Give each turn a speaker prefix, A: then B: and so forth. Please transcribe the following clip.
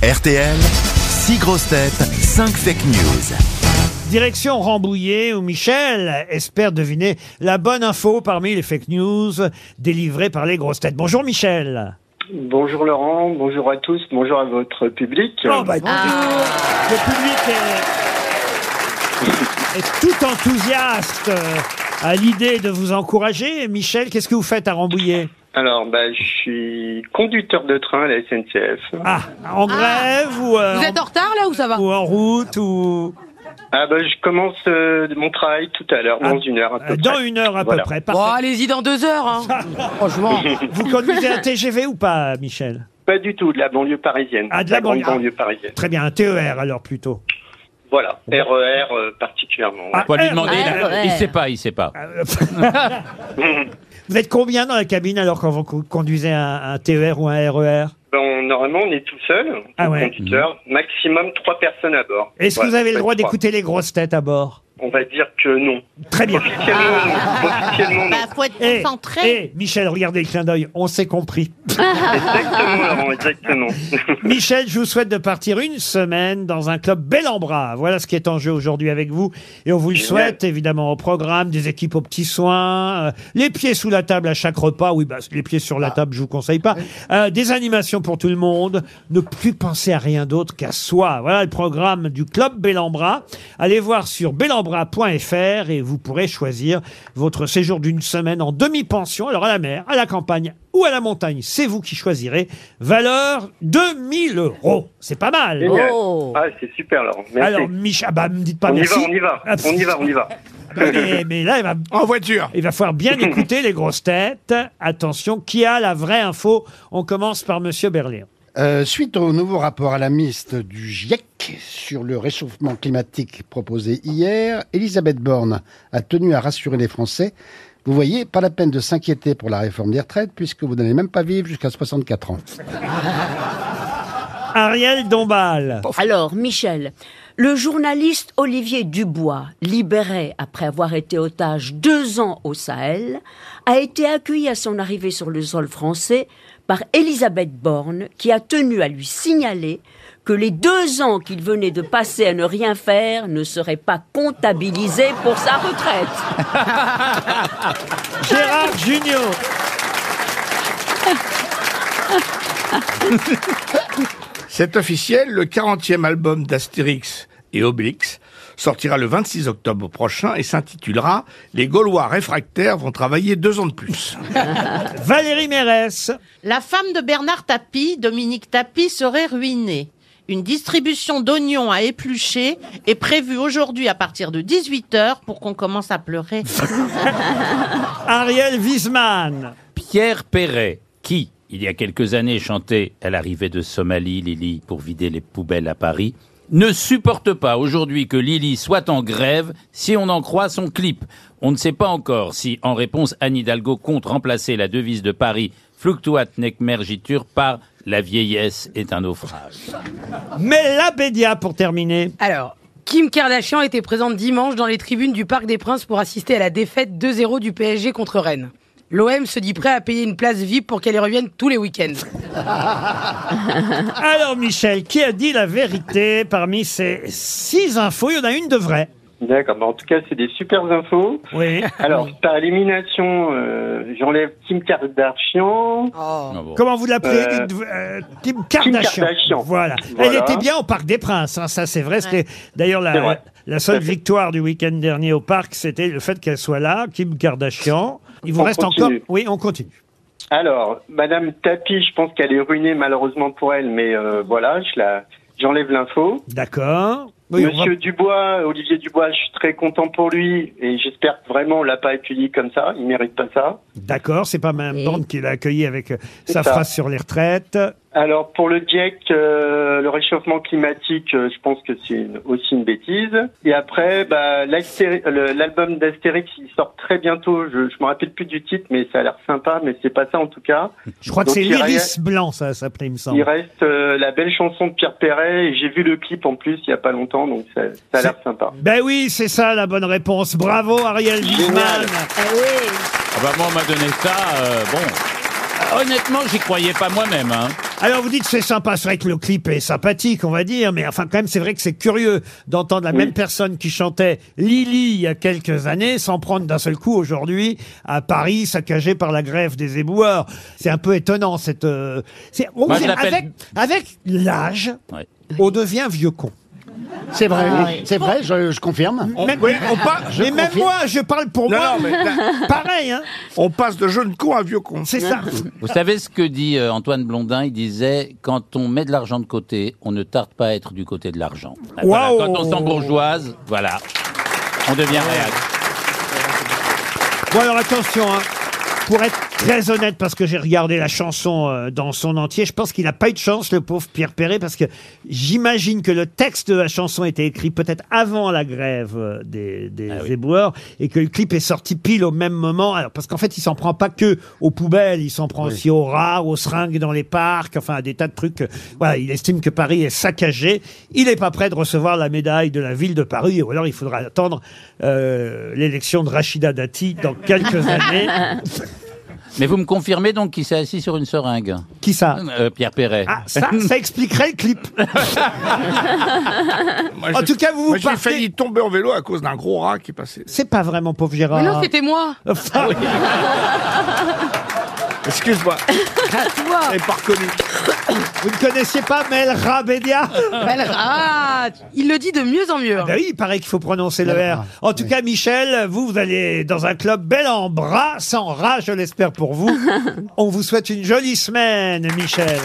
A: RTL, 6 grosses têtes, 5 fake news.
B: Direction Rambouillet où Michel espère deviner la bonne info parmi les fake news délivrées par les grosses têtes. Bonjour Michel.
C: Bonjour Laurent, bonjour à tous, bonjour à votre public.
B: Oh, bah, bonjour. Le public est, est tout enthousiaste euh, à l'idée de vous encourager. Michel, qu'est-ce que vous faites à Rambouillet
C: Alors, bah, je suis conducteur de train à la SNCF.
B: Ah, en grève ou, euh,
D: Vous êtes en retard là ou ça va
B: en, ou en route ou
C: Ah bah, je commence euh, mon travail tout à l'heure, dans
B: Ah,
C: une heure à peu
B: dans
C: près.
B: une heure à
C: Voilà.
B: peu près.
D: Bon,
B: Parfait.
D: allez-y dans deux heures, hein. franchement.
B: Vous conduisez un TGV ou pas, Michel
C: Pas du tout, de la banlieue parisienne.
B: Ah, de la
C: grande
B: banlieue.
C: banlieue parisienne.
B: Très bien, un TER alors plutôt.
C: Voilà, RER euh, particulièrement.
B: Ah.
E: On va lui
B: Eh,
E: demander.
D: ouais,
E: il a-
D: ouais.
E: il sait pas, il sait pas.
B: Vous êtes combien dans la cabine alors quand vous co- conduisez un, un TER ou un E RER
C: Bon, normalement, on est tout seul,
B: Ah
C: le
B: ouais.
C: conducteur, maximum trois personnes à bord.
B: Est-ce que
C: Voilà,
B: vous avez le
C: pas
B: droit
C: trois.
B: d'écouter les grosses têtes à bord
C: On va dire que non.
B: Très bien.
C: Officiellement, non. Officiellement, non.
F: Bah, faut être
B: Eh,
F: concentré.
B: eh, Michel, regardez le clin d'œil, on s'est compris.
C: Exactement, Laurent, exactement.
B: Michel, je vous souhaite de partir une semaine dans un club bel en bras. Voilà ce qui est en jeu aujourd'hui avec vous. Et on vous le
C: Génial.
B: souhaite, évidemment, au programme, des équipes aux petits soins, euh, les pieds sous la table à chaque repas. Oui, bah, les pieds sur la table, je vous conseille pas. Euh, des animations pour tout le monde. Ne plus penser à rien d'autre qu'à soi. Voilà le programme du club bel en bras. Allez voir sur belambra.fr et vous pourrez choisir votre séjour d'une semaine en demi-pension. Alors à la mer, à la campagne ou à la montagne, c'est vous qui choisirez. Valeur 2000 euros. C'est pas mal. hein
C: Génial.
D: Oh.
C: Ah, c'est super, Laurent. Merci.
B: Alors, Micha, ah bah, me dites pas
C: on y
B: merci.
C: va, on y va.
B: Ah,
C: On y va, on y va.
B: Mais, mais là, il va,
G: En voiture.
B: il va falloir bien écouter les grosses têtes. Attention, qui a la vraie info On commence par Monsieur Berlier.
H: Euh, suite au nouveau rapport à la mixte du GIEC sur le réchauffement climatique proposé hier, Elisabeth Borne a tenu à rassurer les Français. Vous voyez, pas la peine de s'inquiéter pour la réforme des retraites puisque vous n'allez même pas vivre jusqu'à 64 ans.
B: Ariel Dombal.
I: Alors, Michel, le journaliste Olivier Dubois, libéré après avoir été otage deux ans au Sahel, a été accueilli à son arrivée sur le sol français par Elisabeth Borne, qui a tenu à lui signaler que les deux ans qu'il venait de passer à ne rien faire ne seraient pas comptabilisés pour sa retraite.
B: Gérard Junior.
G: C'est officiel, le 40e album d'Astérix et Obélix sortira le 26 octobre prochain et s'intitulera Les Gaulois réfractaires vont travailler deux ans de plus.
B: Valérie Mérès.
F: La femme de Bernard Tapie, Dominique Tapie, serait ruinée. Une distribution d'oignons à éplucher est prévue aujourd'hui à partir de 18h pour qu'on commence à pleurer.
B: Ariel Wiesman.
E: Pierre Perret, qui, il y a quelques années, chantait à l'arrivée de Somalie, Lily, pour vider les poubelles à Paris, ne supporte pas aujourd'hui que Lily soit en grève si on en croit son clip. On ne sait pas encore si, en réponse, Anne Hidalgo compte remplacer la devise de Paris Fluctuat nec mergitur par La vieillesse est un naufrage.
B: Mella Bédia pour terminer.
D: Alors, Kim Kardashian était présente dimanche dans les tribunes du Parc des Princes pour assister à la défaite 2-0 du PSG contre Rennes. L'OM se dit prêt à payer une place VIP pour qu'elle y revienne tous les week-ends.
B: Alors Michel, qui a dit la vérité parmi ces six infos Il y en a une de vraie.
C: D'accord. Bah, en tout cas, c'est des super infos.
B: Oui.
C: Alors, par élimination, euh, j'enlève Kim Kardashian.
D: Oh.
E: Ah bon.
B: Comment vous l'appelez
C: Euh,
B: dites- euh, Kim Kardashian.
C: Kardashian.
B: Voilà.
C: Voilà.
B: Elle était bien au Parc des Princes, hein, ça c'est vrai. C'était d'ailleurs
C: C'est
B: la,
C: vrai.
B: la seule
C: Tout à fait.
B: victoire du week-end dernier au Parc, c'était le fait qu'elle soit là, Kim Kardashian. Il vous
C: On
B: reste
C: continue.
B: encore. Oui, on continue.
C: Alors, Madame Tapi, je pense qu'elle est ruinée malheureusement pour elle, mais euh, voilà, je la, j'enlève l'info.
B: D'accord. Oui, on va-
C: Monsieur Dubois, Olivier Dubois, je suis très content pour lui et j'espère que vraiment on l'a pas accueilli comme ça. Il mérite pas ça.
B: D'accord, c'est pas Mme Bande qui l'a accueilli avec euh,
C: C'est
B: sa
C: ça.
B: phrase sur les retraites.
C: Alors pour le GIEC, euh, le réchauffement climatique, euh, je pense que c'est une- aussi une bêtise. Et après, bah, l'Astéri- le- l'album d'Astérix, il sort très bientôt. Je, je me rappelle plus du titre, mais ça a l'air sympa, mais c'est pas ça en tout cas.
B: Je crois que
C: Donc,
B: c'est
C: il y a
B: l'iris blanc, ça s'appelait, il me
C: Il
B: semble.
C: reste euh, la belle chanson de Pierre Perret. et J'ai vu le clip en plus il y a pas longtemps, donc ça, ça a l'air sympa.
B: Ben oui, c'est ça la bonne réponse. Bravo Ariel Wiesman.
E: Ah bah moi, on m'a donné ça, euh, bon. Honnêtement, j'y croyais pas moi-même. Hein.
B: Alors vous dites c'est sympa, c'est vrai que le clip est sympathique, on va dire, mais enfin quand même c'est vrai que c'est curieux d'entendre la même personne qui chantait Lily il y a quelques années s'en prendre d'un seul coup aujourd'hui à Paris saccagé par la grève des éboueurs. C'est un peu étonnant cette. euh, c'est- on
E: Moi,
B: dirait-
E: je l'appelle-
B: avec avec l'âge,
E: Ouais.
B: on devient vieux con.
H: C'est vrai, c'est vrai, je, je confirme.
B: Même-
G: oui, on parle-
B: mais même
H: confirme.
B: moi, je parle pour
G: Non,
B: moi.
G: non, mais bah, là,
B: Pareil, hein.
G: on passe de jeune con à vieux con.
B: C'est ça.
E: Vous savez ce que dit euh, Antoine Blondin Il disait quand on met de l'argent de côté, on ne tarde pas à être du côté de l'argent. Ah, voilà,
B: Waouh
E: quand on s'embourgeoise, voilà, on devient réel.
B: Bon alors attention, hein. pour être très honnête, parce que j'ai regardé la chanson euh, dans son entier, je pense qu'il n'a pas eu de chance, le pauvre Pierre Perret, parce que j'imagine que le texte de la chanson était écrit peut-être avant la grève euh, des, des
E: Ah oui.
B: éboueurs et que le clip est sorti pile au même moment. Alors Euh, parce qu'en fait, il s'en prend pas que aux poubelles, il s'en prend aussi aux rats, aux seringues dans les parcs, enfin à des tas de trucs. euh, Voilà, il estime que Paris est saccagé. Il n'est pas prêt de recevoir la médaille de la ville de Paris, ou alors il faudra attendre euh, l'élection de Rachida Dati dans quelques années.
E: Mais vous me confirmez donc qu'il s'est assis sur une seringue,
B: Qui ça
E: Euh, Pierre Perret.
B: Ah, ça, ça expliquerait le clip. En tout cas, vous vous
G: Moi, j'ai
B: partez-
G: failli tomber en vélo à cause d'un gros rat qui passait.
B: C'est pas vraiment pauvre Gérard.
D: Mais non, Ah c'était moi.
B: Enfin,
G: Excuse-moi, je l'ai pas reconnu.
B: vous ne connaissiez pas Mel Rabedia
D: Ah, il le dit de mieux en mieux. hein.
B: Ben oui, il paraît qu'il faut prononcer le
H: Mel
B: R.
H: Ra,
B: En tout cas, Michel, vous, vous allez dans un club bel en bras, sans rat, je l'espère pour vous. On vous souhaite une jolie semaine, Michel.